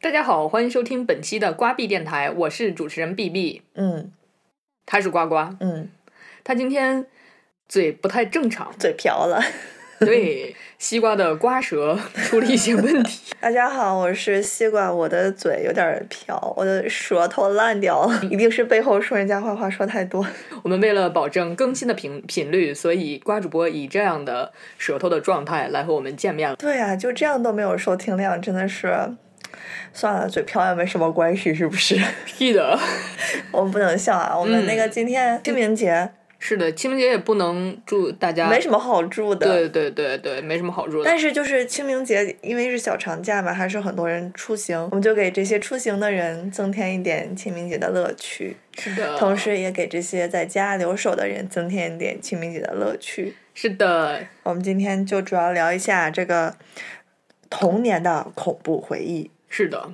大家好，欢迎收听本期的瓜币电台，我是主持人 B B，嗯他是呱呱，嗯，，他今天嘴不太正常 嘴瓢了。对西瓜的瓜舌出了一些问题。 大家好，我是西瓜，我的嘴有点儿瓢，我的舌头烂掉了， 一定是背后说人家坏话说太多。 我们为了保证更新的频频率，所以瓜主播以这样的舌头的状态来和我们见 面了。对呀、就这样都没有收听量，真的是。算了，嘴瓢也没什么关系，是不是？ 屁的，我们不能笑啊！我们那个今天清明节是的，清明节也不能祝大家。没什么好住的，对对对对，没什么好处的但。是就是清明节，因为是小长假嘛，还是很多人出行，我们就给这些出行的人增添一点清明节的乐趣，是的，同时也给这些在家留守的人增添一点清明节的乐趣。是的，我们今天就主要聊一下这个童年的恐怖回忆，是的。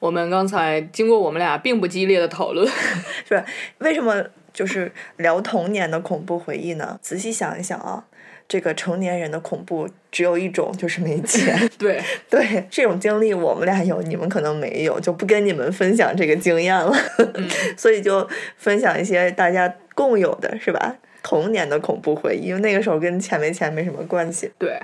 我们刚才经过我们俩并不激烈的讨论， 是吧？为什么就是聊童年的恐怖回忆呢？仔细想一想啊。这个成年人的恐怖只有一种，就是没钱。对，对这种经历，我们俩有，你们可能没有，就不跟你们分享这个经验了。嗯 所以就分享一些大家共有的是吧？童年的恐怖回忆，因为那个时候跟钱没钱没什么关系。对，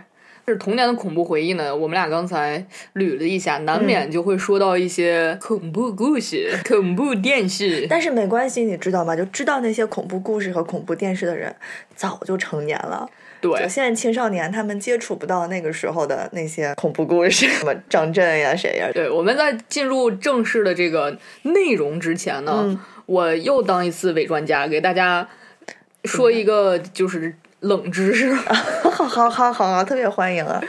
就是童年的恐怖回忆呢。我们俩刚才捋了一下，难嗯免就会说到一些恐怖故事、恐怖电视。但是没关系，你知道吗？就知道那些恐怖故事和恐怖电视的人，早就成年了。就对，现在青少年他们接触不到那个时候的那些恐怖故事，什么张震呀、谁呀、对，我们在进入正式的这个内容之前呢，嗯我又当一次伪专家，给大家说一个就是冷知 识。好好好好好，特别欢迎啊！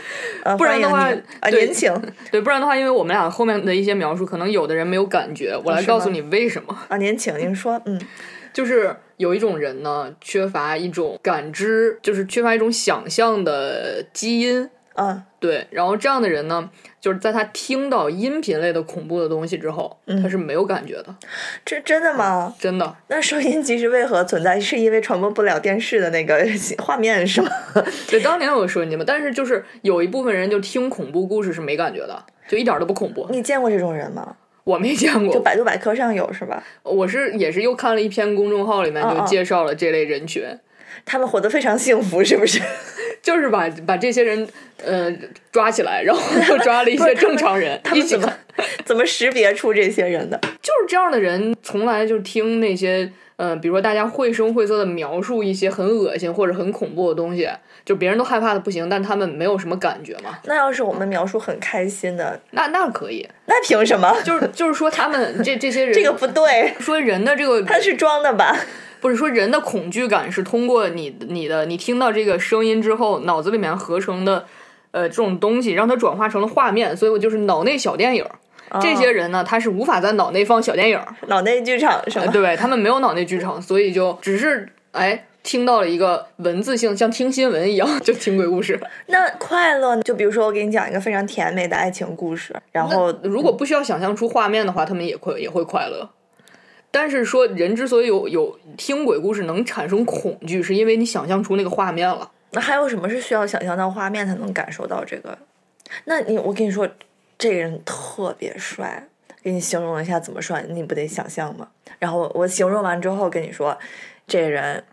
呃、不然的欢话迎你啊，对您请对，不然的话，因为我们俩后面的一些描述，可能有的人没有感觉，我来哦是告诉吗你为什么。啊，您请您说，嗯就是有一种人呢，缺乏一种感知，就是缺乏一种想象的基因。啊，对，然后这样的人呢，就是在他听到音频类的恐怖的东西之后，嗯他是没有感觉的，这真的吗？真的。那收音机是为何存在？ 是因为传播不了电视的那个 画面是吗？ 对，当年我有说你们，但是就是有一部分人就听恐怖故事是没感觉的，就一点儿都不恐怖。你见过这种人吗？我没见就过，百度百科上有是吧？我是也是又看了一篇公众号里面嗯就嗯介绍了这类人群，他们活得非常幸福，是不是？ 就是把把这些人呃抓起来，然后又抓了一 不是些他们正常人他一们起怎么看。怎么识别出这些人的？就是这样的人，从来就听那些，呃，比如说大家绘声绘色的描述一些很恶心或者很恐怖的东西，就别人都害怕的不行，但他们没有什么感觉嘛，那要是我们描述很开心的，那那可以，那凭什么？ 就是就是说他们这这些人，这个不对，说人的这个他是装的吧？不是说人的恐惧感是通过你你的你听到这个声音之后，脑子里面合成的，呃，这种东西让它转化成了画面，所以我就是脑内小电影儿。哦这些人呢，他是无法在脑内放小电影儿，脑内剧场是呃吗？对他们没有脑内剧场，所以就只是哎听到了一个文字性，像听新闻一样，就听鬼故事。那快乐呢，就比如说我给你讲一个非常甜美的爱情故事，然后如果不需要想象出画面的话，他们也会也会快乐。但是说人之所以有有听鬼故事能产生恐惧，是因为你想象出那个画面了。那还有什么是需要想象到画面才能感受到这个？那你我跟你说，这个人特别帅，给你形容一下怎么帅，你不得想象吗？然后我形容完之后跟你说，这人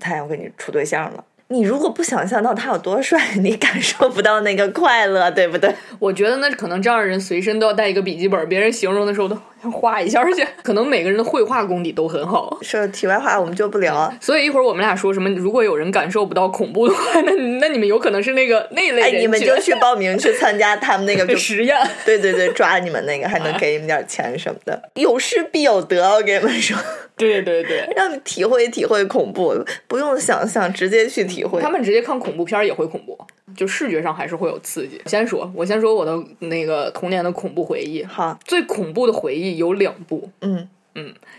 他要跟你处对象了。你如果不想象到他有多帅， 你感受不到那个快乐，对不对？我觉得那可能这样的人随身都要带一个笔记本，别人形容的时候都要画一下去。可能每个人的绘画功底都很好，说题外话，我们就不聊。所以一会儿我们俩说什么，如果有人感受不到恐怖的话，那你那你们有可能是那个那类哎，人你们群就去报名去参加他 们那个就实验。对对对，抓你们那个还能给你们点钱什么的，有失必有得，我跟你们说。对对对，让你体会体会恐怖，不用想象，直接去体 会他。们直接看恐怖片儿也会恐怖，就视觉上还是会有刺激。先说，我先说我的那个童年的恐怖回忆，好，最恐怖的回忆有两部，嗯，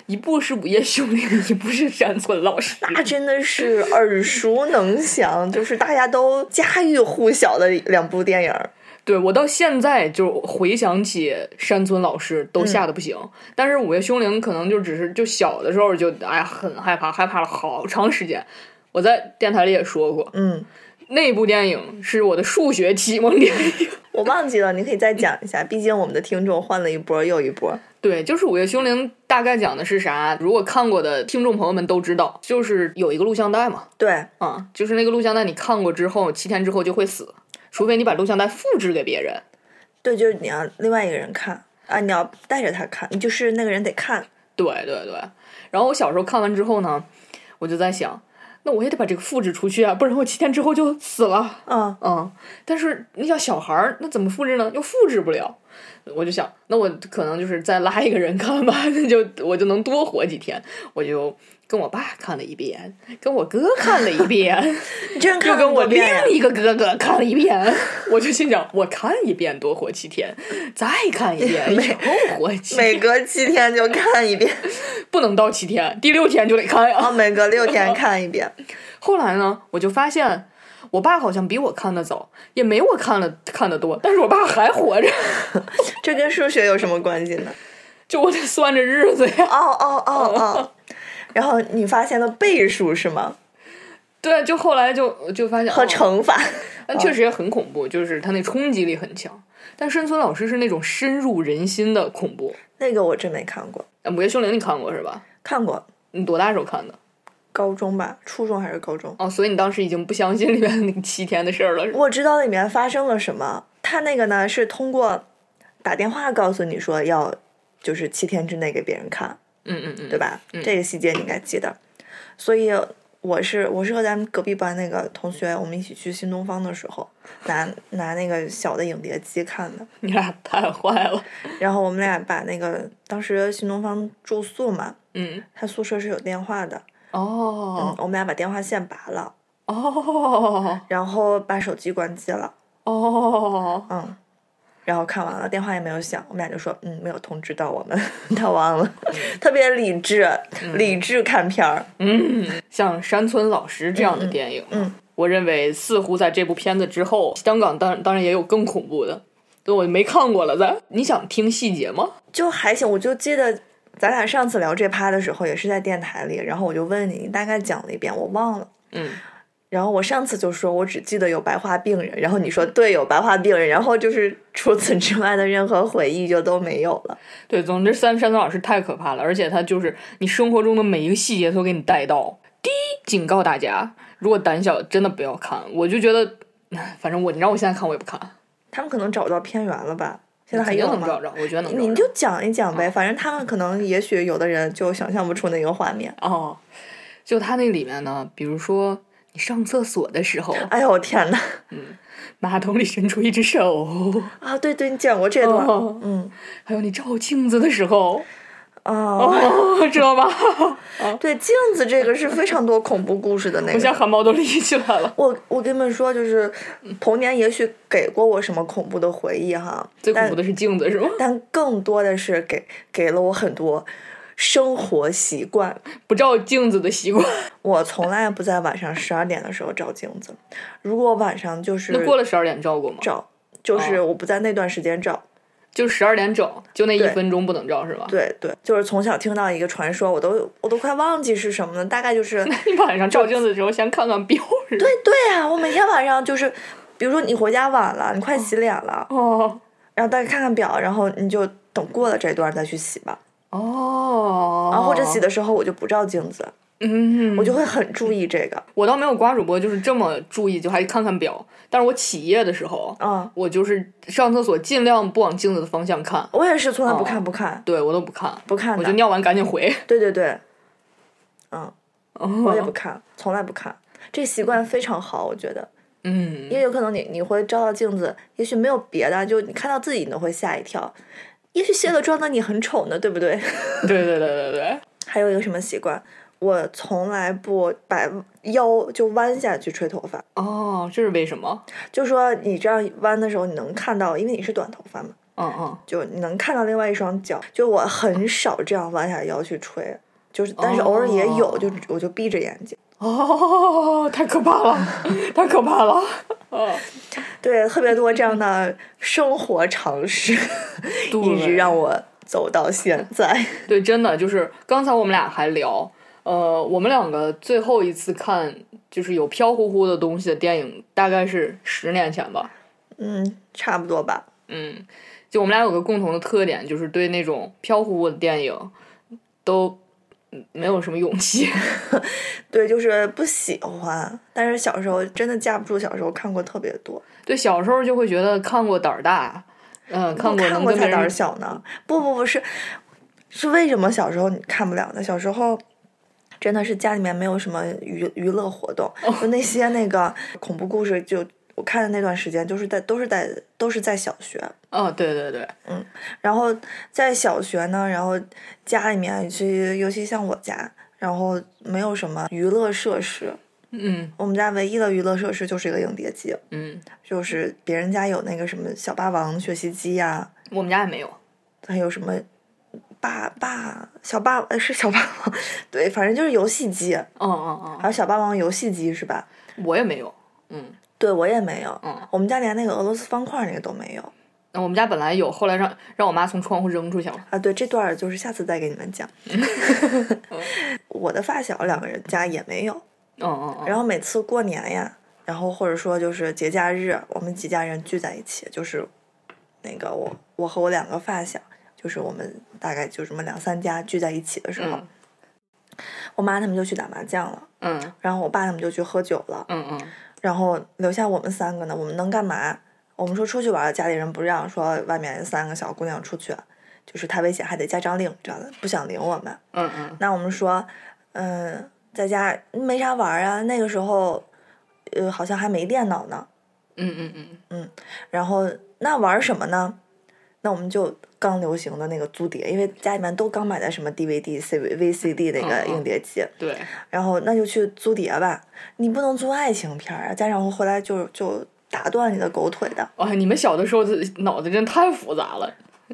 一部是《午夜凶铃》，一部是《山村老师》。那真的是耳熟能详，就是大家都家喻户晓的两部电影儿。 对我到现在就回想起山村老师都吓得不行，但是《午夜凶铃》可能就只是就小的时候就哎呀很害怕，害怕了好长时间。我在电台里也说过，嗯，那部电影是我的数学启蒙电影。我忘记了，你可以再 讲一下，毕竟我们的听众换了一波又一波。对，就是《午夜凶铃》大概讲的是啥？如果看过的听众朋友们都知道，就是有一个录像带嘛，对，啊、就是那个录像带你看过之后，七天之后就会死，除非你把录像带复制给别人。对，就是你要另外一个人看啊，你要带着他看，就是那个人得看。对对对。然后我小时候看完之后呢，我就在想，那我也得把这个复制出去啊，不然我七天之后就死了。嗯，嗯，但是你想小孩儿那怎么复制呢？又复制不了。我就想，那我可能就是再拉一个人看吧，那就我就能多活几天。我就跟我爸看了一遍，跟我哥看了一遍， 你这人又看跟我多另遍呀一个哥哥看了一遍。我就心想，我看一遍多活七天，再看一遍每又活七天，每隔七天就看一 遍，不能到七天，第六天就得看呀、啊，每隔六天看一遍。后来呢，我就发现。我爸好像比我看的早，也没我看了看的多，但是我爸还活着。这跟数学有什么关系呢？就我得算着日子呀。 哦哦哦哦。然后你发现了倍数是吗？对，就后来就就发现和哦乘法。 但确实也很恐怖，就是他那冲击力很强。但深村老师是那种深入人心的恐怖。那个我真没看过，呃《午夜凶铃》你看过是吧？看过你多大时候看的？高中吧，初中还是高中。哦，所以你当时已经不相信里面那个七天的事儿了，是吧 我知道里面发生了什么。他那个呢是通过打电话告诉你说要，就是七天之内给别人看，嗯嗯嗯，对吧？这个细节你应该记得。所以我是我是和咱们隔壁班那个同学，我们一起去新东方的时候，拿拿那个小的影碟机看的。你俩太坏了。然后我们俩把那个当时新东方住宿嘛，嗯，他宿舍是有电话的，嗯哦，我们俩把电话线拔了，哦，然后把手机关机了，哦，嗯，然后看完了，电话也没有响，我们俩就说，嗯，没有通知到我们， 他忘了，特别理智，理智看片儿，像山村老师这样的电影，嗯嗯我认为似乎在这部片子之后，香港当当然也有更恐怖的，对我没看过了。咱你想听细节吗？就还行。我就记得咱俩上次聊这趴的时候，也是在电台里，然后我就问你，你大概讲了一遍，我忘了。嗯，然后我上次就说，我只记得有白化病人，然后你说对，有白化病人，然后就是除此之外的任何回忆就都没有了。对，总之三山村老师太可怕了，而且他就是你生活中的每一个细节都给你带到。第一，警告大家，如果胆小真的不要看，我就觉得，唉反正我你让我现在看我也不看，他们可能找到片源了吧？现在还肯定有能找啊吗？着，我觉得能找你着。就讲一讲呗，反正他们可能也许有的人就想象不出那个画面。哦，就他那里面呢，比如说你上厕所的时候，哎呦我天呐！马桶里伸出一只手，啊，对对，你讲过这段，哦嗯，还有你照镜子的时候，哦，哦，知道吧？对，镜子这个是非常多恐怖故事的那哦我现在个。汗毛都立起来了。我我跟你们说，就是嗯童年也许给过我什么恐怖的回忆哈，最恐但怖的是镜子是吗？但更多的是给给了我很多生活习惯。不照镜子的习惯，我从来不在晚上十二点的时候照镜子，如果晚上就是那过了十哦二点照过吗？照，就是我不在那段时间照。就十二点整，就那一对分钟不能照是吧？对对，就是从小听到一个传说，我都我都快忘记是什么了，大 概就是你晚上照镜子的时候先看看表是吧？对对啊，我每天晚上就是，比如说你回家晚了，你快洗脸了，哦然后大概看看表，然后你就等过了这段再去洗吧。哦，啊然后或者洗的时候我就不照镜子，嗯，我就会很注意这个。我倒没有瓜主播就是这么注意，就还看看表。但是我起夜的时候，嗯，我就是上厕所尽量不往镜子的方向看，我也是从来不哦看不看对我都不看，不看我就的，尿完赶紧回。对对对，嗯，我也不哦，看，从来不看。这习惯非常好，我觉得，嗯，因为有可能你你会照到镜子，也许没有别的，就你看到自己你都会吓一跳，也许卸了妆的你很丑呢，对不对？ 对对对对对，还有一个什么习惯？我从来不把腰就弯下去吹头发，哦，这是为什么？就说你这样弯的时候，你能看到，因为你是短头发嘛，嗯嗯，就你能看到另外一双脚。就我很少这样弯下腰去吹，就是但是偶尔也有，哦就我就闭着眼睛，哦，太可怕 了，太可怕了，哦，对，特别多这样的生活常识，嗯对 一直让我走到现在。对，真的就是刚才我们俩还聊，呃，我们两个最后一次看就是有飘忽忽的东西的电影，大概是十年前吧。嗯，差不多吧。嗯，就我们俩有个共同的特点，就是对那种飘忽忽的电影都没有什么勇气。 对，就是不喜欢，但是小时候真的架不住，小时候看过特别多。对，小时候就会觉得看过胆儿大，嗯、看过看能过跟别才胆儿人小呢。不不不是，是为什么小时候你看不了呢？小时候真的是家里面没有什么娱娱乐活动，哦就那些那个恐怖故事就。我看的那段时间，就是在都是在都是在小学，哦，对对对，然后在小学呢，然后家里面其实尤其像我家，然后没有什么娱乐设施，嗯我们家唯一的娱乐设施就是一个影碟机，嗯，就是别人家有那个什么小霸王学习机呀、我们家也没有。还有什么霸霸小霸呃是小霸王，对，反正就是游戏机，嗯嗯还有小霸王游戏机是吧？嗯，我也没有。嗯，对我也没有，嗯我们家连那个俄罗斯方块那个都没有那我们家本来有，后来让让我妈从窗户扔出去了。啊。对，这段儿就是下次再给你们讲。 我的发小两个人家也没有，嗯嗯嗯，然后每次过年呀，然后或者说就是节假日，我们几家人聚在一起，就是那个我我和我两个发小，就是我们大概就这么两三家聚在一起的时候，嗯我妈他们就去打麻将了，嗯然后我爸他们就去喝酒了，嗯嗯然后留下我们三个呢，我们能干嘛？我们说出去玩儿，家里人不让，说外面三个小姑娘出去，就是太危险，还得家长领着，不想领我们。嗯嗯那我们说，嗯，在家没啥玩儿啊，那个时候，呃，好像还没电脑呢。嗯嗯然后那玩儿什么呢？那我们就刚流行的那个租碟，因为家里面都刚买的什么 DVD、C VCD 那个嗯嗯硬碟机，对，然后那就去租碟吧。你不能租爱情片儿啊，家长会回来就就打断你的狗腿的。哇、哦你们小的时候这脑子真太复杂了。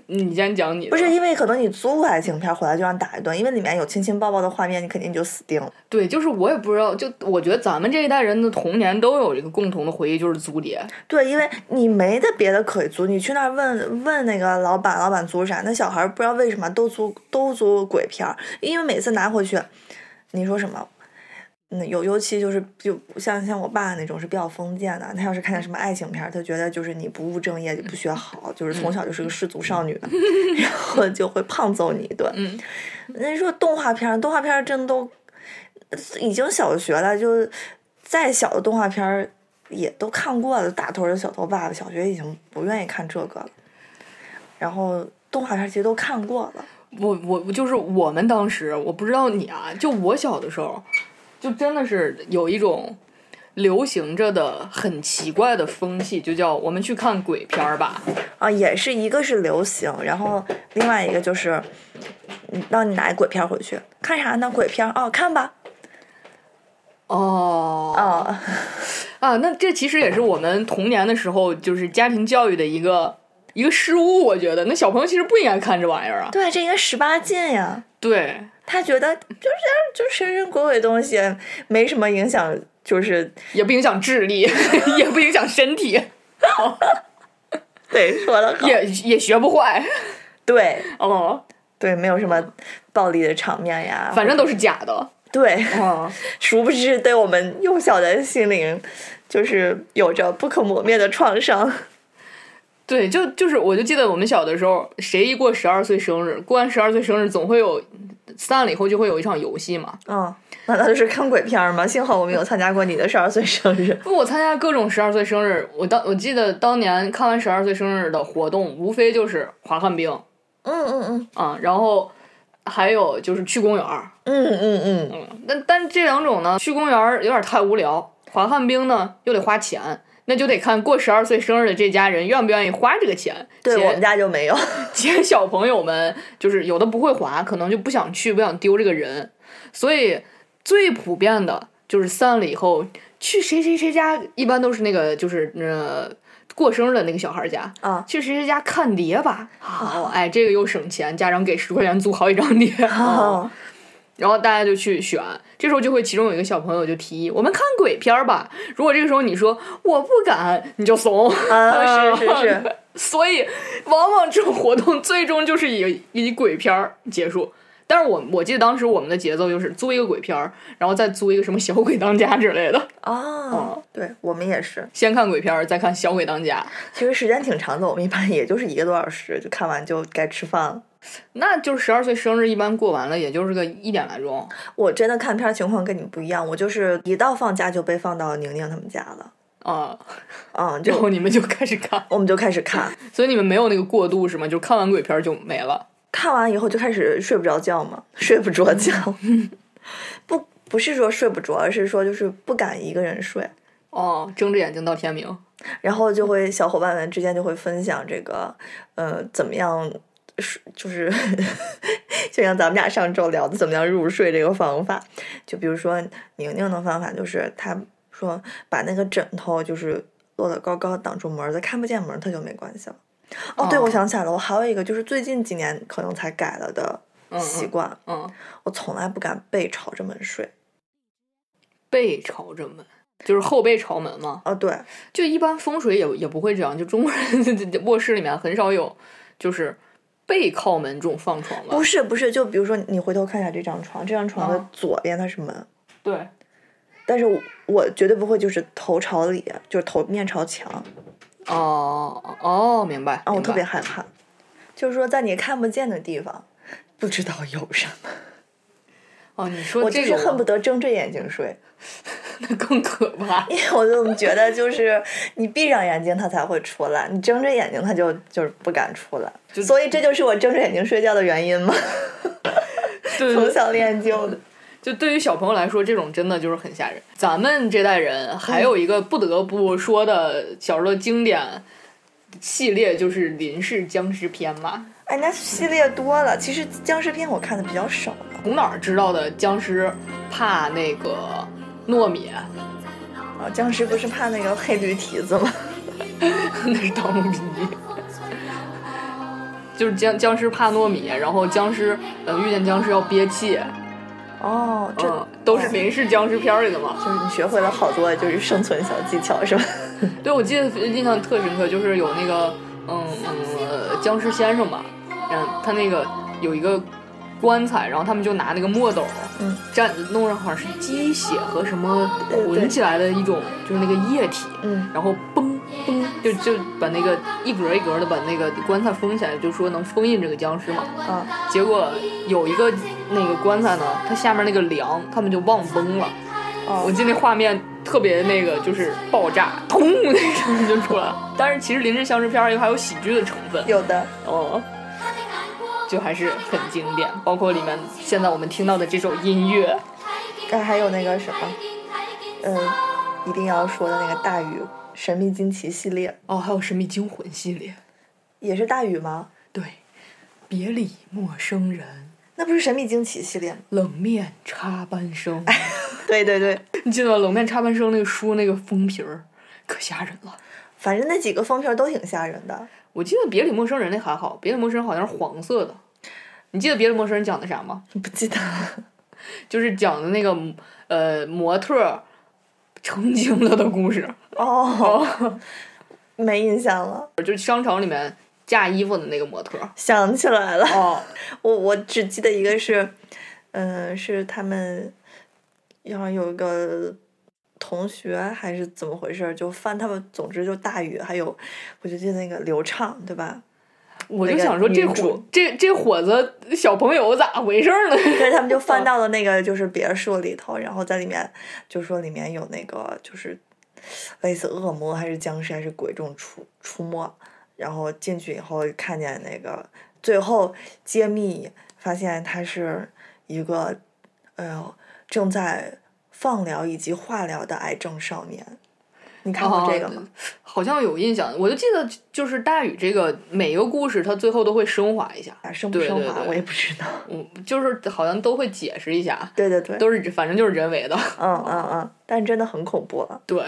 你先讲你的。不是因为可能你租过爱情片儿回来就让打一顿，因为里面有亲亲抱抱的画面，你肯定就死定了。对，就是我也不知道，就我觉得咱们这一代人的童年都有一个共同的回忆，就是租碟。对，因为你没得别的可租，你去那儿问问那个老板，老板租啥？那小孩儿不知道为什么都租都租鬼片儿，因为每次拿回去，你说什么？嗯，有尤其就是就像像我爸那种是比较封建的，他要是看见什么爱情片儿，他觉得就是你不务正业，不学好，就是从小就是个失足少女， 然后就会胖揍你一顿。嗯，那说动画片儿，动画片儿真都已经小学了，就再小的动画片儿也都看过了，大头儿的小头爸爸，小学已经不愿意看这个了。然后动画片儿其实都看过了，我我就是我们当时，我不知道你啊，就我小的时候，就真的是有一种流行着的很奇怪的风气，就叫我们去看鬼片儿吧。啊，也是一个是流行，然后另外一个就是，嗯让你拿一鬼片儿回去看啥呢？鬼片儿哦，看吧，哦哦， 啊，那这其实也是我们童年的时候，就是家庭教育的一个一个失误。我觉得那小朋友其实不应该看这玩意儿啊。对，这应该十八禁呀。对，他觉得就是啊就是神神鬼鬼东西没什么影响，就是也不影响智力， 也不影响身体，对说的好，也也学不坏。对哦，对，没有什么暴力的场面呀，反正都是假的。对，哦，殊不知对我们幼小的心灵，就是有着不可磨灭的创伤。对，就就是，我就记得我们小的时候，谁一过十二岁生日，过完十二岁生日总会有散了以后就会有一场游戏嘛。 嗯，难道就是看鬼片儿吗？ 幸好我没有参加过你的十二岁生日。不，我参加各种十二岁生日，我当我记得当年看完十二岁生日的活动，无非就是滑旱冰嗯嗯嗯啊、然后还有就是去公园儿。 嗯嗯嗯，嗯，但但这两种呢，去公园儿有点太无聊，滑旱冰呢又得花钱。那就得看过十二岁生日的这家人愿不愿意花这个钱。对且我们家就没有。且小朋友们就是有的不会滑，可能就不想去，不想丢这个人，所以最普遍的就是散了以后去谁谁谁家，一般都是那个就是呃过生日的那个小孩家啊去谁谁家看碟吧。好，哎，这个又省钱，家长给十块钱租好几张碟。 哦哦，然后大家就去选，这时候就会其中有一个小朋友就提议，我们看鬼片儿吧。如果这个时候你说我不敢，你就怂。啊， 是是是， 所以，往往这种活动最终就是以以鬼片儿结束。但是我我记得当时我们的节奏就是租一个鬼片儿，然后再租一个什么小鬼当家之类的，哦，对我们也是，先看鬼片儿，再看小鬼当家，其实时间挺长的，我们一般也就是一个多小时就看完就该吃饭了。那就是十二岁生日一般过完了，也就是个一点来钟。我真的看片儿情况跟你不一样，我就是一到放假就被放到宁宁他们家了，啊、嗯，然就后你们就开始看，我们就开始看，所以你们没有那个过渡是吗？就看完鬼片儿就没了。看完以后就开始睡不着觉嘛， 睡不着觉，嗯 不不是说睡不着，而是说就是不敢一个人睡，哦，睁着眼睛到天明。然后就会小伙伴们之间就会分享这个，呃，怎么样睡，就是 就像咱们俩上周聊的怎么样入睡这个方法，就比如说宁宁的方法就是她说把那个枕头就是落得高高挡住门儿的，看不见门儿它就没关系了。哦，对，哦我想起来了，我还有一个就是最近几年可能才改了的嗯习嗯惯，嗯，我从来不敢背朝着门睡。背朝着门，就是后背朝门嘛。哦，对，就一般风水也也不会这样，就中国人卧室里面很少有就是背靠门这种放床吧不。是不是，就比如说你回头看一下这张床，这张床的哦左边它是门。对，但是我我绝对不会就是头朝里，就是头面朝墙哦哦，明白。啊，我明白特别害怕。就是说，在你看不见的地方，不知道有 什么，哦，你说我就这是个恨不得睁着眼睛睡， 那 更可怕。因为我总觉得就是你闭上眼睛它才会出来，你睁着眼睛它就就是不敢出来，所以这就是我睁着眼睛睡觉的原因嘛，对从对，小练就的。就对于小朋友来说，这种真的就是很吓人。咱们这代嗯人还有一个不得不说的小时候经典系列，就是《林氏僵尸片》吧。哎，那系列多了，其实僵尸片我看的比较少了。从哪儿知道的僵尸怕那个糯米？啊，僵尸不是怕那个黑驴蹄子吗？ 那是盗墓笔记。就是僵僵尸怕糯米，然后僵尸呃遇见僵尸要憋气，哦，这、嗯，都是林氏僵尸片儿里的嘛。就是你学会了好多就是生存小技巧是吧？对，我记得印象特深刻，就是有那个嗯嗯、呃、僵尸先生吧，嗯，他那个有一个棺材，然后他们就拿那个墨斗，嗯，蘸弄上好像是鸡血和什么对对混起来的一种，就是那个液体， 嗯，然后嘣嘣就就把那个一格一格的把那个棺材封起来，就说能封印这个僵尸嘛。啊，结果有一个那个棺材呢，它下面那个梁他们就忘崩了。我哦，记得那画面特别那个，就是爆炸，通那声音就出来了。但是其实《林氏僵尸片》又还有喜剧的成分，有的，哦，就还是很经典。包括里面现在我们听到的这首音乐，那还有那个什么，呃，一定要说的那个大禹神秘惊奇系列，哦，还有《神秘惊魂》系列，也是大禹吗？对，别理陌生人，那不是神秘惊奇系列吗？冷面插班生。对对对，哎你记得吗冷面插班生那个书那个封皮儿，可吓人了。反正那几个封片都挺吓人的。我记得别理陌生人那还好，别理陌生人好像是黄色的。你记得别理陌生人讲的啥吗？不记得了就是讲的那个呃模特儿成精了的故事， 哦， 没印象了，就是商场里面架衣服的那个模特儿。想起来了，哦，我我只记得一个是，嗯、是他们好像有一个同学还是怎么回事儿，就翻他们，总之就大雨，还有我就记得那个刘畅，对吧？ 我就那个想说这女伙主这这伙子小朋友咋回事儿呢？ 但是他们就翻到了那个就是别墅里头，然后在里面就说里面有那个就是类似恶魔还是僵尸还是鬼这种出出没，然后进去以后看见那个最后揭秘发现他是一个呃正在放疗以及化疗的癌症少年。你看过哦这个吗？好像有印象，我就记得就是大禹这个每一个故事，他最后都会升华一下，啊，升不对升对华对我也不知道。嗯，就是好像都会解释一下，对对对，都是反正就是人为的。 嗯嗯嗯，但是真的很恐怖了。对，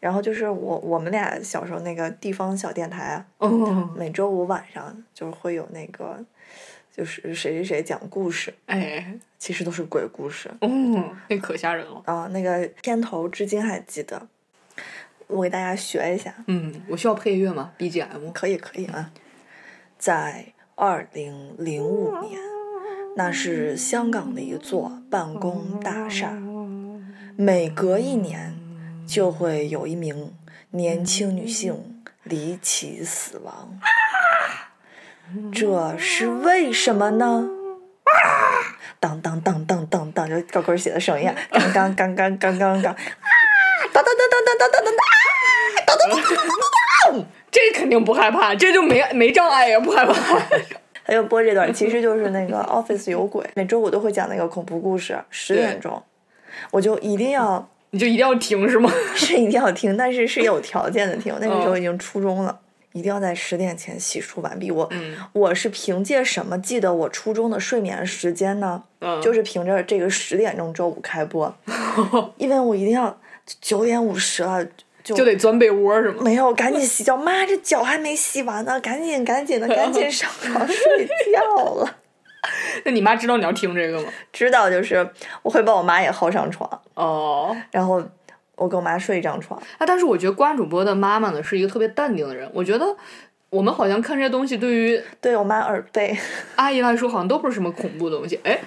然后就是我我们俩小时候那个地方小电台啊、嗯，每周五晚上就是会有那个，就是谁谁谁讲故事，哎，其实都是鬼故事嗯，那可吓人了。啊。那个片头至今还记得，我给大家学一下，嗯，我需要配乐吗？BGM。可以可以啊。在二零零五年，那是香港的一座办公大厦，每隔一年就会有一名年轻女性离奇死亡，这是为什么呢？当当当当当当，就高跟鞋的声音啊，当当当当当当当，啊，当当当当当当当当，啊，当当当当当当当。这肯定不害怕，这就没没障碍也不害怕。 还有播这段，其实就是那个 Office 有鬼，每周五都会讲那个恐怖故事，十点钟，我就一定要你就一定要停是吗？ 是一定要听，但是是有条件的听。我那个时哦候已经初中了，一定要在十点前洗漱完毕。我、嗯我是凭借什么记得我初中的睡眠时间呢？嗯就是凭着这个十点钟周五 开播，因为我一定要九点五十了就就得钻被窝是吗？没有，赶紧洗脚！妈，这脚还没洗完呢，赶紧赶紧的，赶紧上 床睡觉了。那你妈知道你要听这个吗？知道就是我会把我妈也薅上床，哦，然后我跟我妈睡一张床。啊，但是我觉得瓜主播的妈妈呢是一个特别淡定的人，我觉得。我们好像看这些东西，对于对我妈耳背，阿姨来说，好像都不是什么恐怖的东西。哎，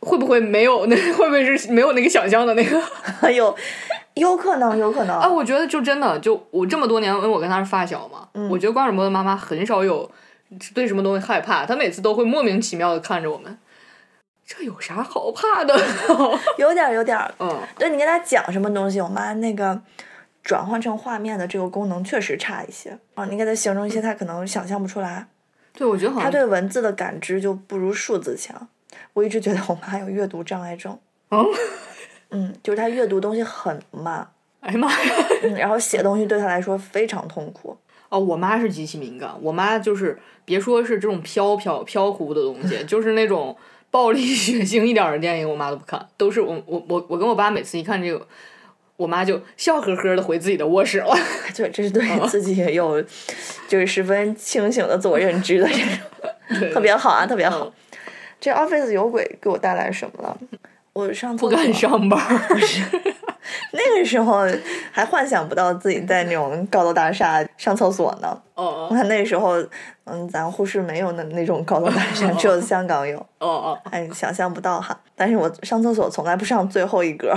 会不会没有那？ 会不会是没有那个想象的那个？哎呦， 有可能，有可能。 啊，我觉得就真的，就我这么多年，因为我跟她是发小嘛，我觉得瓜主播的妈妈很少有对什么东西害怕，她每次都会莫名其妙的看着我们，这有啥好怕 的？有点儿，有点儿。嗯，对你跟她讲什么东西，我妈那个转换成画面的这个功能确实差一些啊。你给她形容一些，她可能想象不出来。对，我觉得好她像对文字的感知就不如数字强。我一直觉得我妈有阅读障碍症。嗯， 嗯，就是她阅读东西很慢，哎呀妈呀！嗯，然后写东西对她来说非常痛苦。 哦，我妈是极其敏感，我妈就是别说是这种飘飘飘忽的东西， 就是那种暴力血腥一点儿的电影，我妈都不看，都是我我我我跟我爸每次一看这个，我妈就笑呵呵的回自己的卧室了。对，这是对自己有就是十分清醒的自我认知的这种， 特别好嗯啊，特别好。这 Office 有鬼给我带来什么了？我上不厕敢所上班儿，那个时候还幻想不到自己在那种高楼大厦上厕所呢。哦我看那时候，嗯，咱呼市没有那那种高楼大厦，只有香港有。哦哦，哎，想象不到哈。但是我上厕所从来不上最后一格。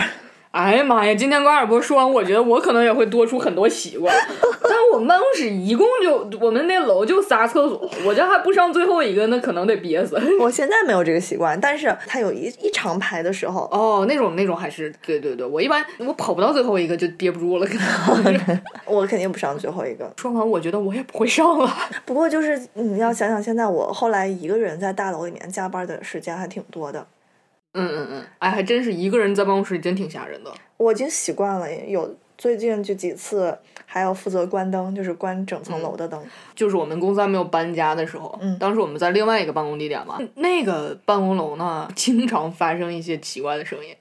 哎呀妈呀！今天瓜尔波说完，我觉得我可能也会多出很多习 惯。但是我们办公室一共就我们那楼就仨厕所，我这还不上最后一个，那可能得憋死。 我现在没有这个习惯，但是它有一一长排的时候，哦，那种那种还是对对对，我一般我跑不到最后一个就憋不住了，可能。我肯定不上最后一个。说完，我觉得我也不会上了。不过就是你要想想，现在我后来一个人在大楼里面加班的时间还挺多的，嗯嗯嗯，哎，还真是一个人在办公室里真挺吓人的。我已经习惯了。有最近就几次还要负责关灯，就是关整层楼的灯。就是我们公司还没有搬家的时候，嗯当时我们在另外一个办公地点嘛，那个办公楼呢，经常发生一些奇怪的声音。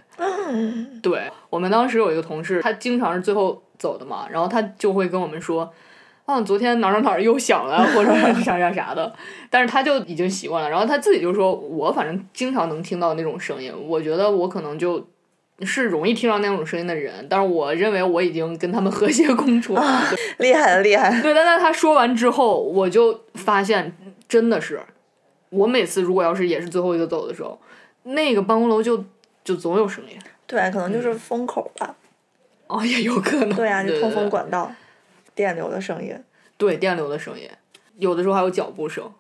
对我们当时有一个同事，他经常是最后走的嘛，然后他就会跟我们说。啊，昨天哪儿哪儿哪儿又响了，或者是啥啥啥的，但是他就已经习惯了。然后他自己就说，我反正经常能听到那种声音，我觉得我可能就是容易听到那种声音的人，但是我认为我已经跟他们和谐共处了。 厉害了，厉害了！对，但在他说完之后，我就发现真的是，我每次如果要是也是最后一个走的时候，那个办公楼就就总有声音。对，啊可能就是风口吧。哦，也有可能。对呀、嗯就对通对风管道、电流的声音，对电流的声音，有的时候还有脚步声。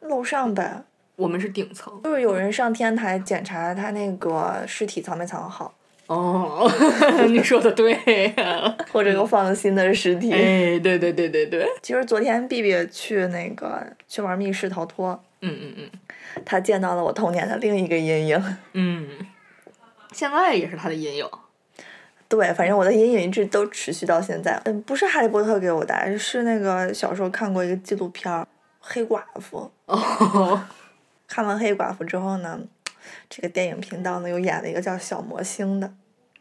楼上呗，我们是顶层就是有人上天台检查他那个尸体藏没藏好，哦， 你说的对，或者嗯又放了新的尸体。哎，对对对对对，其实昨天 B B 去那个去玩密室逃脱，嗯嗯嗯他见到了我童年的另一个阴影。嗯，现在也是他的阴影。对，反正我的阴影一直都持续到现在。嗯，不是哈利波特给我的，是那个小时候看过一个纪录片儿《黑寡妇》。哦，看完《黑寡妇》之后呢，这个电影频道呢又演了一个叫《小魔星》的，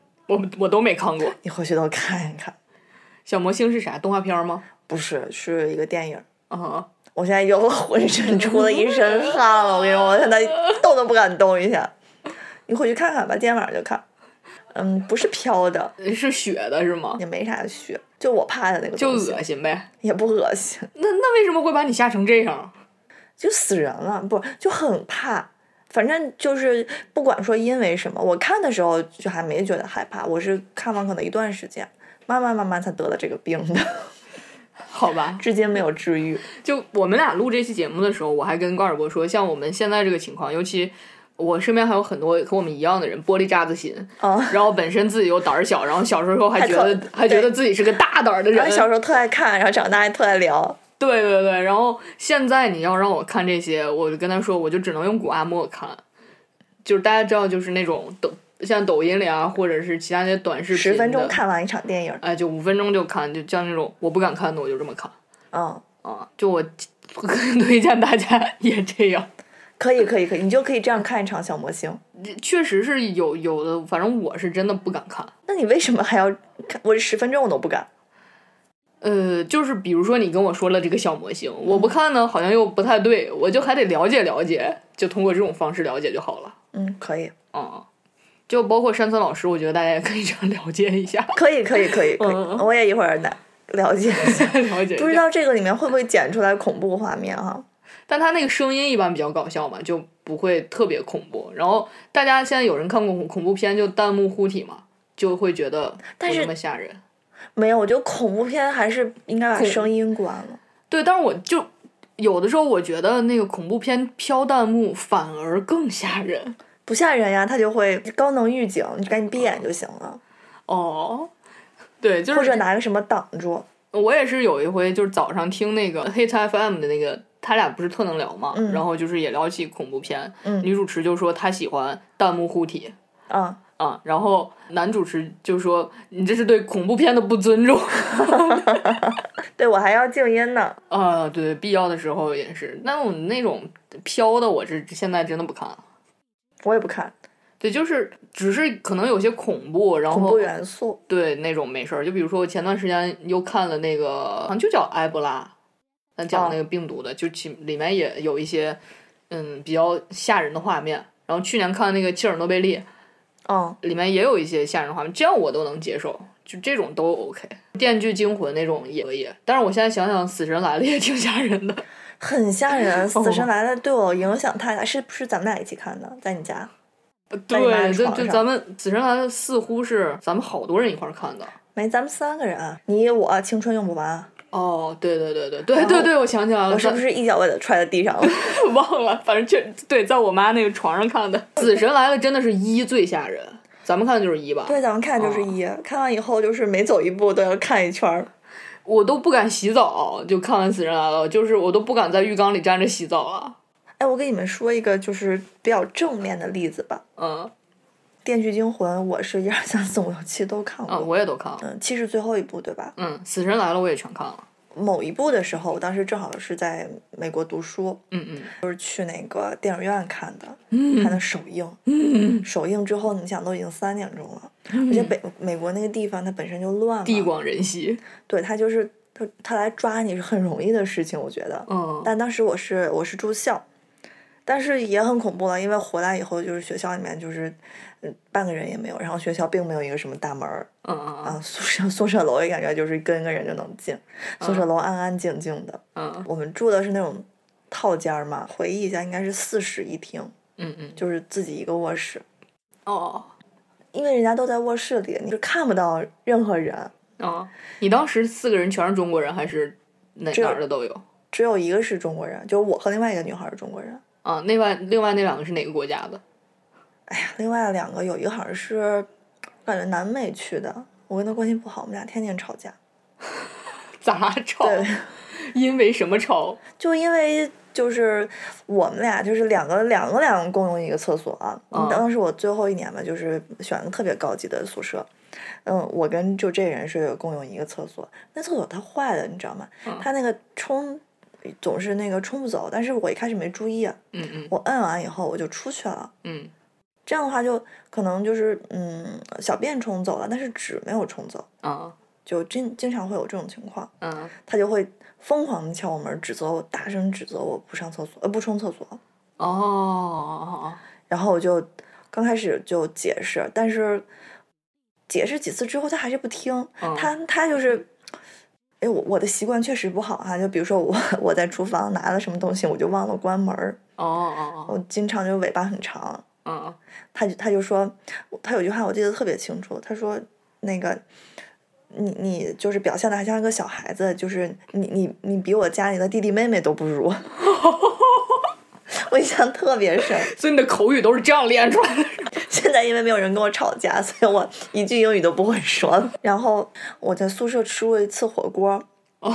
我我都没看过。你回去都看一看。小魔星是啥动画片吗？不是，是一个电影。啊、我现在又浑身出了一身汗了，我跟你说，我现在动都不敢动一下。你回去看看吧，今天晚上就看。嗯，不是飘的，是血的是吗？也没啥血，就我怕的那个就东西，恶心呗。也不恶心。那那为什么会把你吓成这样？就死人了，不就很怕。反正就是不管说因为什么，我看的时候就还没觉得害怕，我是看完可能一段时间，慢慢慢慢才得了这个病的， 好吧？至今没有治愈。 就我们俩录这期节目的时候，我还跟高尔博说，像我们现在这个情况，尤其我身边还有很多和我们一样的人，玻璃渣子心，哦然后本身自己又胆儿小，然后小时候还觉得还特还觉得自己是个大胆儿的人然后，小时候特爱看，然后长大还特爱聊。对对对，然后现在你要让我看这些，我就跟他说，我就只能用古阿莫看，就是大家知道，就是那种抖，像抖音里啊，或者是其他那些短视频，十分钟，看完一场电影，哎，就五分钟就看，就像那种我不敢看的，我就这么看嗯，啊，就我推荐大家 也这样，可以可以可以，你就可以这样看一场小魔星。确实是有有的，反正我是真的不敢看。那你为什么还要看？我十分钟我都不敢。呃，就是比如说你跟我说了这个小模型，我不看呢，好像又不太对，我就还得了解了解，就通过这种方式了解就好了。嗯，可以，嗯，就包括山村老师，我觉得大家也可以这样了解一下， 可以，可以，可以，可以。嗯我也一会儿来了解 一下，了解不一知下。道这个里面会不会剪出来恐怖画面哈、但他那个声音一般比较搞笑嘛，就不会特别恐怖。然后大家现在有人看过恐恐怖片，就弹幕护体嘛，就会觉得但不是那么吓人。没有，我觉得恐怖片还是应该把恐声音关了。对，但是我就有的时候我觉得那个恐怖片飘弹幕反而更吓人不吓人呀，它就会高能预警，你赶紧闭眼就行了，哦。对，就是或者拿个什么挡住。我也是有一回，就是早上听那个 Hit FM 的那个，他俩不是特能聊嘛，嗯然后就是也聊起恐怖片，嗯女主持就说她喜欢弹幕护体啊、啊，然后男主持就说你这是对恐怖片的不尊重 对我还要静音呢。啊，对，必要的时候也是，那我那种飘的，我是现在真的不看了。我也不看对，就是只是可能有些恐怖，然恐怖后元素，对那种没事儿。就比如说我前段时间又看了那个，好像就叫埃博拉，咱讲哦那个病毒的，就其里面也有一些嗯比较吓人的画面。然后去年看那个切尔诺贝利，嗯，里面也有一些吓人的画面，这样我都能接受，就这种都 OK。电锯惊魂那种也可以，但是我现在想想，死神来了也挺吓人的。很吓人。死神来了对我影响太大，是不是咱们俩一起看的？在你家？在你妈的对，就床就上咱们死神来了似乎是咱们好多人一块儿看的。没，咱们三个人啊，你我青春用不完，哦，对对对对对对对，我想起来了，我是不是一脚把它踹在地上了？忘了，反正确对，在我妈那个床上看的《死神来了》，真的是一最吓人。咱们看的就是一吧， 对，咱们看就是一，看完以后就是每走一步都要看一圈儿。我都不敢洗澡，就看完《死神来了》，就是我都不敢在浴缸里站着洗澡啊了。哎，我给你们说一个就是比较正面的例子吧，嗯《电锯惊魂》，我是一二三四五六七都看啊，过，我也都看了。嗯，七是最后一部对吧？嗯，《死神来了》我也全看了。某一部的时候，我当时正好是在美国读书，嗯嗯就是去那个电影院看的，看嗯的首映。嗯，首映之后，你想都已经三点钟了，而且北美国那个地方它本身就乱嘛，地广人稀。对它就是它它来抓你是很容易的事情，我觉得。嗯但当时我是我是住校，但是也很恐怖了，因为回来以后就是学校里面就是嗯半个人也没有，然后学校并没有一个什么大门儿，嗯嗯啊，宿舍宿舍楼也感觉就是跟个人就能进，宿舍楼安安静静的。嗯我们住的是那种套间儿嘛，回忆一下应该是四室一厅，嗯嗯，就是自己一个卧室，哦因为人家都在卧室里，你是看不到任何人，哦，你当时四个人全是中国人，还是哪这哪儿的都有？只有一个是中国人，就是我和另外一个女孩儿是中国人，啊，另外另外那两个是哪个国家的？ 另外两个有一个好像是我感觉南美去的，我跟她关系不好，我们俩天天吵架，咋吵？对。因为什么吵？就因为就是我们俩就是两个两个两个共用一个厕所啊。嗯当时我最后一年吧，就是选了个特别高级的宿舍。嗯，我跟就这人是共用一个厕所，那厕所它坏了，你知道吗嗯？它那个冲总是那个冲不走，但是我一开始没注意，啊嗯嗯我摁完以后我就出去了。嗯这样的话就可能就是嗯，小便冲走了，但是纸没有冲走，啊就经经常会有这种情况。嗯他就会疯狂的敲我门，指责我，大声指责我不上厕所，呃，不冲厕所。哦然后我就刚开始就解释，但是解释几次之后，他还是不听。嗯他他就是哎，我我的习惯确实不好哈、就比如说我 我在厨房拿了什么东西，我就忘了关门儿，哦哦哦，我经常就尾巴很长。嗯他就他就说，他有句话我记得特别清楚，他说那个，你你就是表现的还像一个小孩子，就是你你你比我家里的弟弟妹妹都不如。 我印象特别深，所以你的口语都是这样练出来的。现在因为没有人跟我吵架，所以我一句英语都不会说了。然后我在宿舍吃过一次火锅，哦，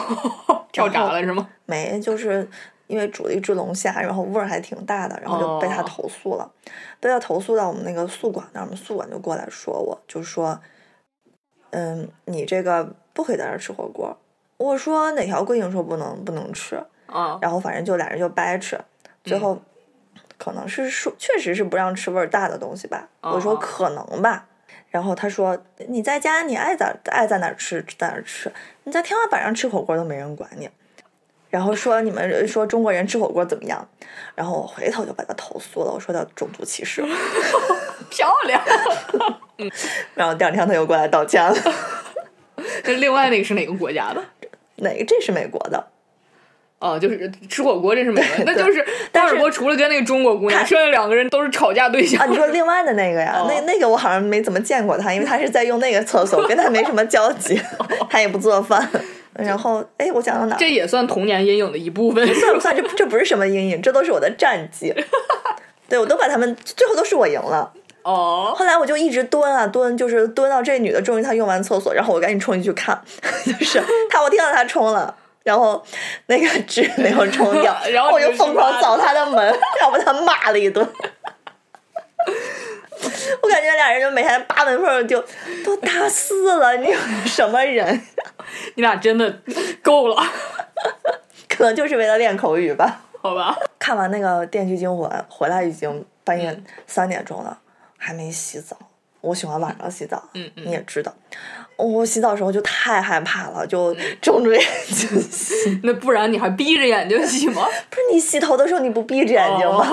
跳闸了是吗？没，就是因为煮了一只龙虾，然后味儿还挺大的，然后就被他哦投诉了，被他投诉到我们那个宿管那儿，我们宿管就过来说我，就说，嗯，你这个不可以在这儿吃火锅。我说哪条规定说不能不能吃，啊，然后反正就俩人就掰扯，最嗯后、可能是说确实是不让吃味儿大的东西吧。我哦说可能吧，然后他说你在家你爱咋爱在哪儿吃在哪儿吃，你在天花板上吃火锅都没人管你。然后说你们说中国人吃火锅怎么样？然后我回头就把他投诉了，我说他种族歧视。 漂亮。然后第二天他又过来道歉了。 那另外那个是哪个国家的？哪这是美国的？哦，就是吃火锅，这是美国人，那对就是但大是耳锅除了跟那个中国姑娘，剩下两个人都是吵架对啊，象。你说另外的那个呀？那哦那个我好像没怎么见过他，因为他是在用那个厕所，我跟他没什么交集， 他也不做饭。然后，哎，我讲到哪儿？哦这也算童年阴影的一部分，算不算？这这不是什么阴影，这都是我的战绩。对，我都把他们最后都是我赢了。哦，，后来我就一直蹲啊蹲，就是蹲到这女的终于她用完厕所，然后我赶紧冲进去看， 就是她，我听到她冲了。然后那个纸没有冲掉 然后我你就就疯去狂骂扫她的门，要不她骂了一顿。我感觉俩人就每天扒门缝儿就都大四了，你有什么人？你俩真的够了，可能就是为了练口语吧。好吧？看完那个《电锯惊魂》回来已经半夜嗯三点钟了，还没洗澡。我喜欢晚上洗澡，嗯嗯你也知道，我洗澡的时候就太害怕了，就嗯睁着眼睛洗。那不然你还闭着眼睛洗吗？不是你洗头的时候你不闭着眼睛吗？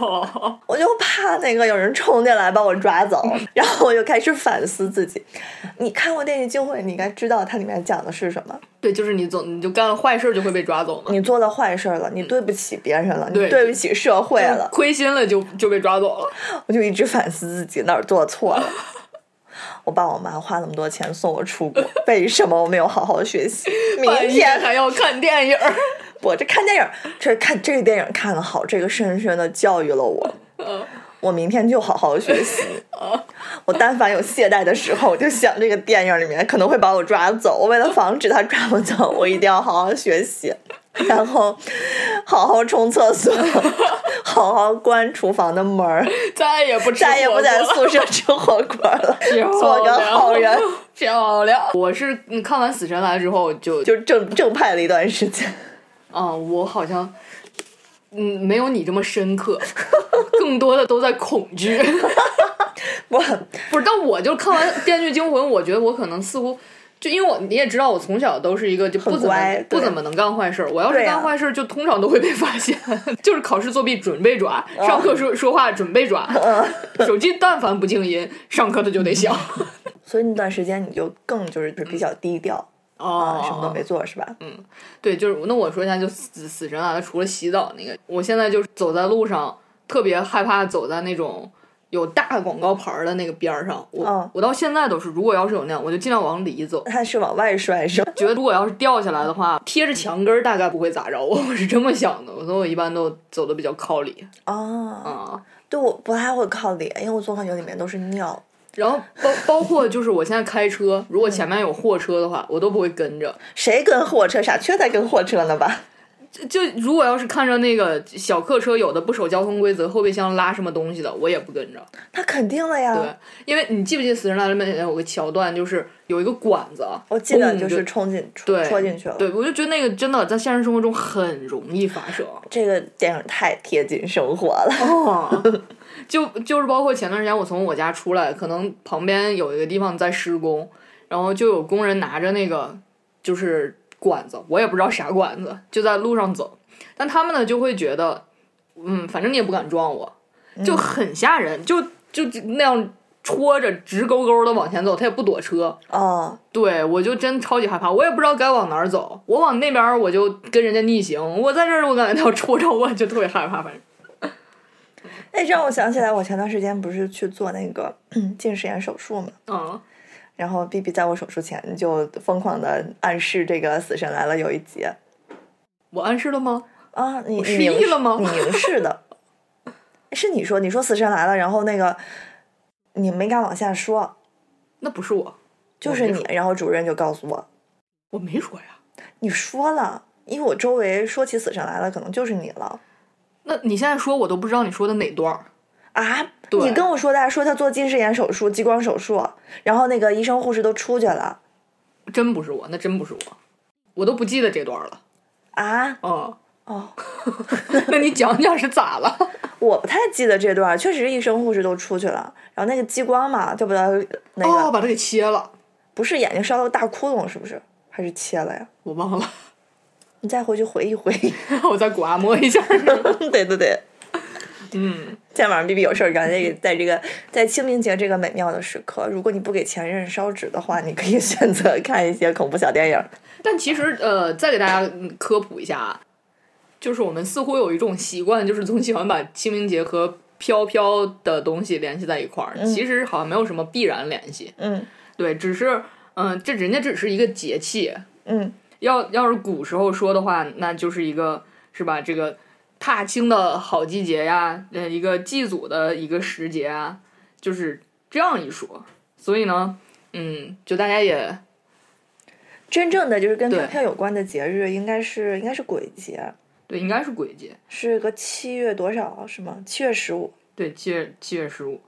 哦，我就怕那个有人冲进来把我抓走，嗯然后我就开始反思自己。你看过《电锯惊魂》，你应该知道它里面讲的是什么。对，就是你总你就干了坏事就会被抓走嘛，你做了坏事儿了，你对不起别人了，哦对你对不起社会了，亏心了就就被抓走了。我就一直反思自己哪儿做错 了。我爸我妈花那么多钱送我出国， 为什么我没有好好学习？明半夜天还要看电影儿， 我这看电影，这看这个电影看的好，这个深深的教育了 我。嗯我明天就好好学习。我但凡有懈怠的时候，我就想这个电影里面可能会把我抓走。我为了防止他抓我走，我一定要好好 学习，然后好好冲厕所，好好关厨房的门儿。再也不吃再也不在火锅了宿舍吃火锅 了， 做个漂亮好 人，漂亮。我是嗯看完《死神来了》之后就就正正派了一段时间。啊、我好像，嗯，没有你这么深刻，更多的都在恐惧。我不是，但我就看完《电锯惊魂》，我觉得我可能似乎。就因为我你也知道，我从小都是一个就不很怎么乖不对怎么能干坏事儿。我要是对啊干坏事儿，就通常都会被发现。 就是考试作弊准备抓，嗯上课说说话准备抓，手机但凡不静音，上课它就得响。嗯所以那段时间你就更就是比较低调 哦啊，什么都没做是嗯吧？对，就是那我说一下，就死死神来了，除了洗澡那个，我现在就是走在路上，特别害怕走在那种有大广告牌儿的那个边儿上。我、嗯我到现在都是，如果要是有那样，我就尽量往里走。他是往外摔是吧？觉得如果要是掉下来的话，贴着墙根儿大概不会咋着我，我是这么想的。所以我一般都走的比较靠里啊，啊。对，我不太会靠脸，因为我总感觉里面都是尿。然后包包括就是我现在开车，如果前面有货车的话，我都不会跟着。谁跟货车？傻缺才跟货车呢吧？就如果要是看着那个小客车有的不守交通规则，后备箱拉什么东西的，我也不跟着。他肯定了呀对。，因为你记不记得《死神来了》里面有个桥段，就是有一个管子，我记得嘣就是冲进嗯对戳进去了。对，我就觉得那个真的在现实生活中很容易发生。这个电影太贴近生活了。 哦， 就就是包括前段时间我从我家出来，可能旁边有一个地方在施工，然后就有工人拿着那个就是管子，我也不知道啥管子，就在路上走，但他们呢就会觉得，嗯，反正你也不敢撞我，就很吓人，就就就那样戳着直勾勾的往前走，他也不躲车。哦，对我就真超级害怕，我也不知道该往哪儿走。我往那边儿我就跟人家逆行，我在这儿我感觉他要戳着我，就特别害怕。反正哎，让我想起来，我前段时间不是去做那个 近视眼手术嘛，嗯，然后 B B 在我手术前就疯狂的暗示这个《死神来了》有一集我暗示了吗？啊，你我失你凝忆视了吗你凝视的，是你说你说《死神来了》，然后那个你没敢往下说，那不是我，就我是没你说，然后主任就告诉我我没说呀。你说了，因为我周围说起《死神来了》可能就是你了。那你现在说，我都不知道你说的哪段儿。啊！对你跟我说的，说他做近视眼手术、激光手术，然后那个医生护士都出去了真不是我，那真不是我，我都不记得这段了。啊！哦，哦， 那你讲讲是咋了？我不太记得这段，确实医生护士都出去了，然后那个激光嘛，就把他那个、哦，把它给切了，不是眼睛烧了个大窟窿，是不是？还是切了呀？我忘了， 你再回去回忆回 忆。我再刮摸一下。对对对， 嗯，今天晚上 B B 有事儿干，这个在这个在清明节这个美妙的时刻，如果你不给前任烧纸的话，你可以 选择看一些恐怖小电影。 但其实呃，再给大家嗯科普一下，啊，就是我们似乎有一种习惯，就是总喜欢把清明节和飘飘的东西联系在一块儿，其实好像没有什么必然联系。嗯对，只是嗯、呃这人家只是一个节气，嗯，要要是古时候说的话，那就是一个是吧？这个踏青的好季节呀，呃，一个祭祖的一个时节啊，就是这样一说。所以呢，嗯，就大家也真正的就是跟对票票有关的节日，应该是应该是鬼节，对，应该是鬼节，是个七月多少啊是吗？七月十五。对，七月七月十五，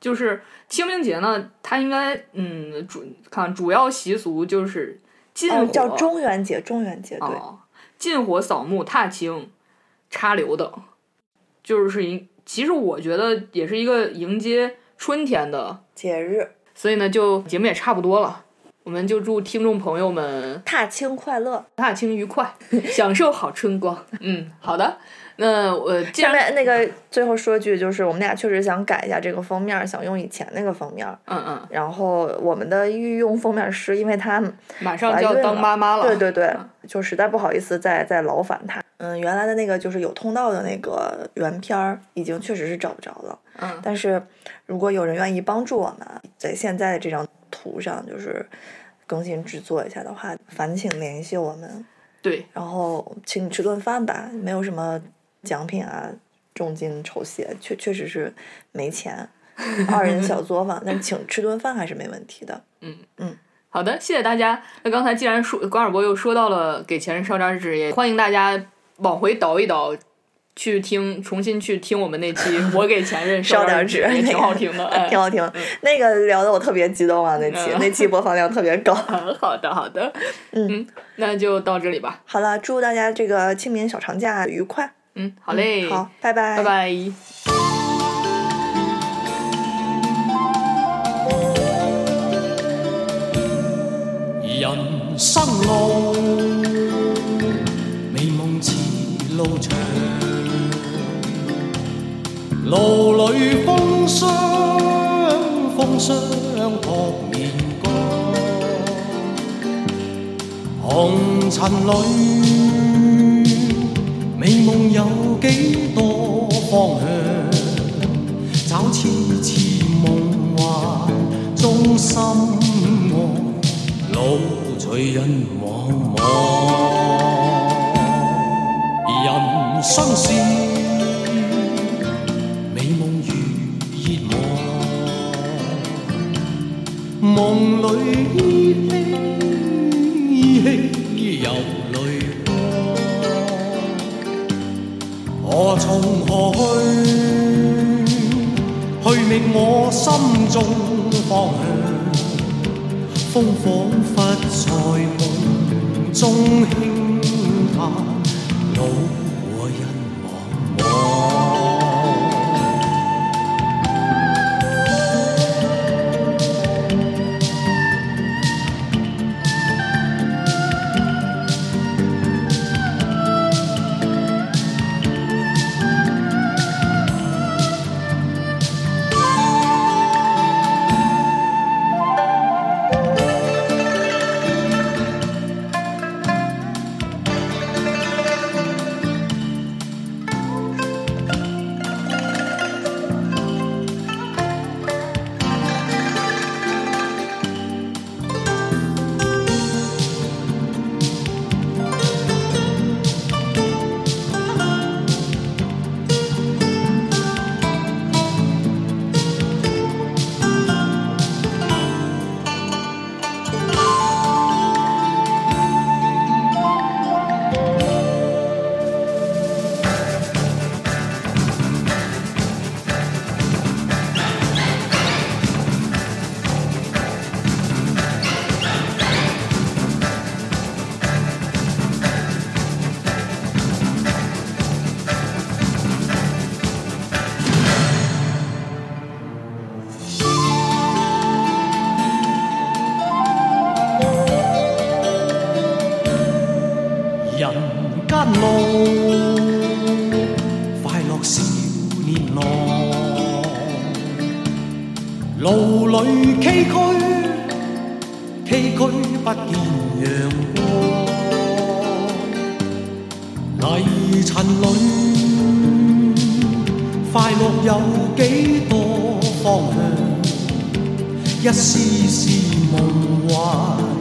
就是清明节呢，它应该嗯主看主要习俗就是禁火，哦，叫中元节，中元节对，哦，禁火、扫墓、踏青、插柳等，就是迎。其实我觉得也是一个迎接春天的，节日所以呢，就节目也差不多了，我们就祝听众朋友们踏青快乐。踏青愉快，享受好春光。嗯，好的。那我既下然面那个最后说句，就是我们俩确实想改一下这个封面，想用以前那个封面。嗯嗯，然后我们的御用封面师，因为他马上怀就孕要当妈妈了，嗯对对对，就实在不好意思再再劳烦他。嗯，原来的那个就是有通道的那个原片儿，已经确实是找不着了。嗯但是如果有人愿意帮助我们，在现在的这张图上就是更新制作一下的话，烦请联系我们，对，然后请你吃顿饭吧，没有什么奖品啊，重金酬谢，确确实是没钱，二人小 作坊，但请吃顿饭还是没问题的。好的，谢谢大家。那刚才既然说关尔博又说到了给前任烧张纸，也欢迎大家往回倒一倒，去听重新去听我们那 期我给前任烧张点纸，也那挺个好听 的。哎挺好听。那个聊的我特别激动啊，那期、嗯 那期播放量特别高。嗯好的，好的，嗯嗯，那就到这里吧。好了，祝大家这个清明小长假愉快。嗯，好嘞，好，拜拜，拜拜。人生路，美梦似路长，路里风霜，风霜扑面干，红尘里，美梦有几多方向？找次次夢幻，中心愛，路隨人茫茫。人生是美夢如熱望，夢裏嬉戲有淚光。我從何去？去覓我心中方向。風彷彿在夢中輕嘆，路和人茫茫。人少年郎，路里崎岖，崎岖不見陽光，泥塵裏快樂有幾多方向，一絲絲夢幻。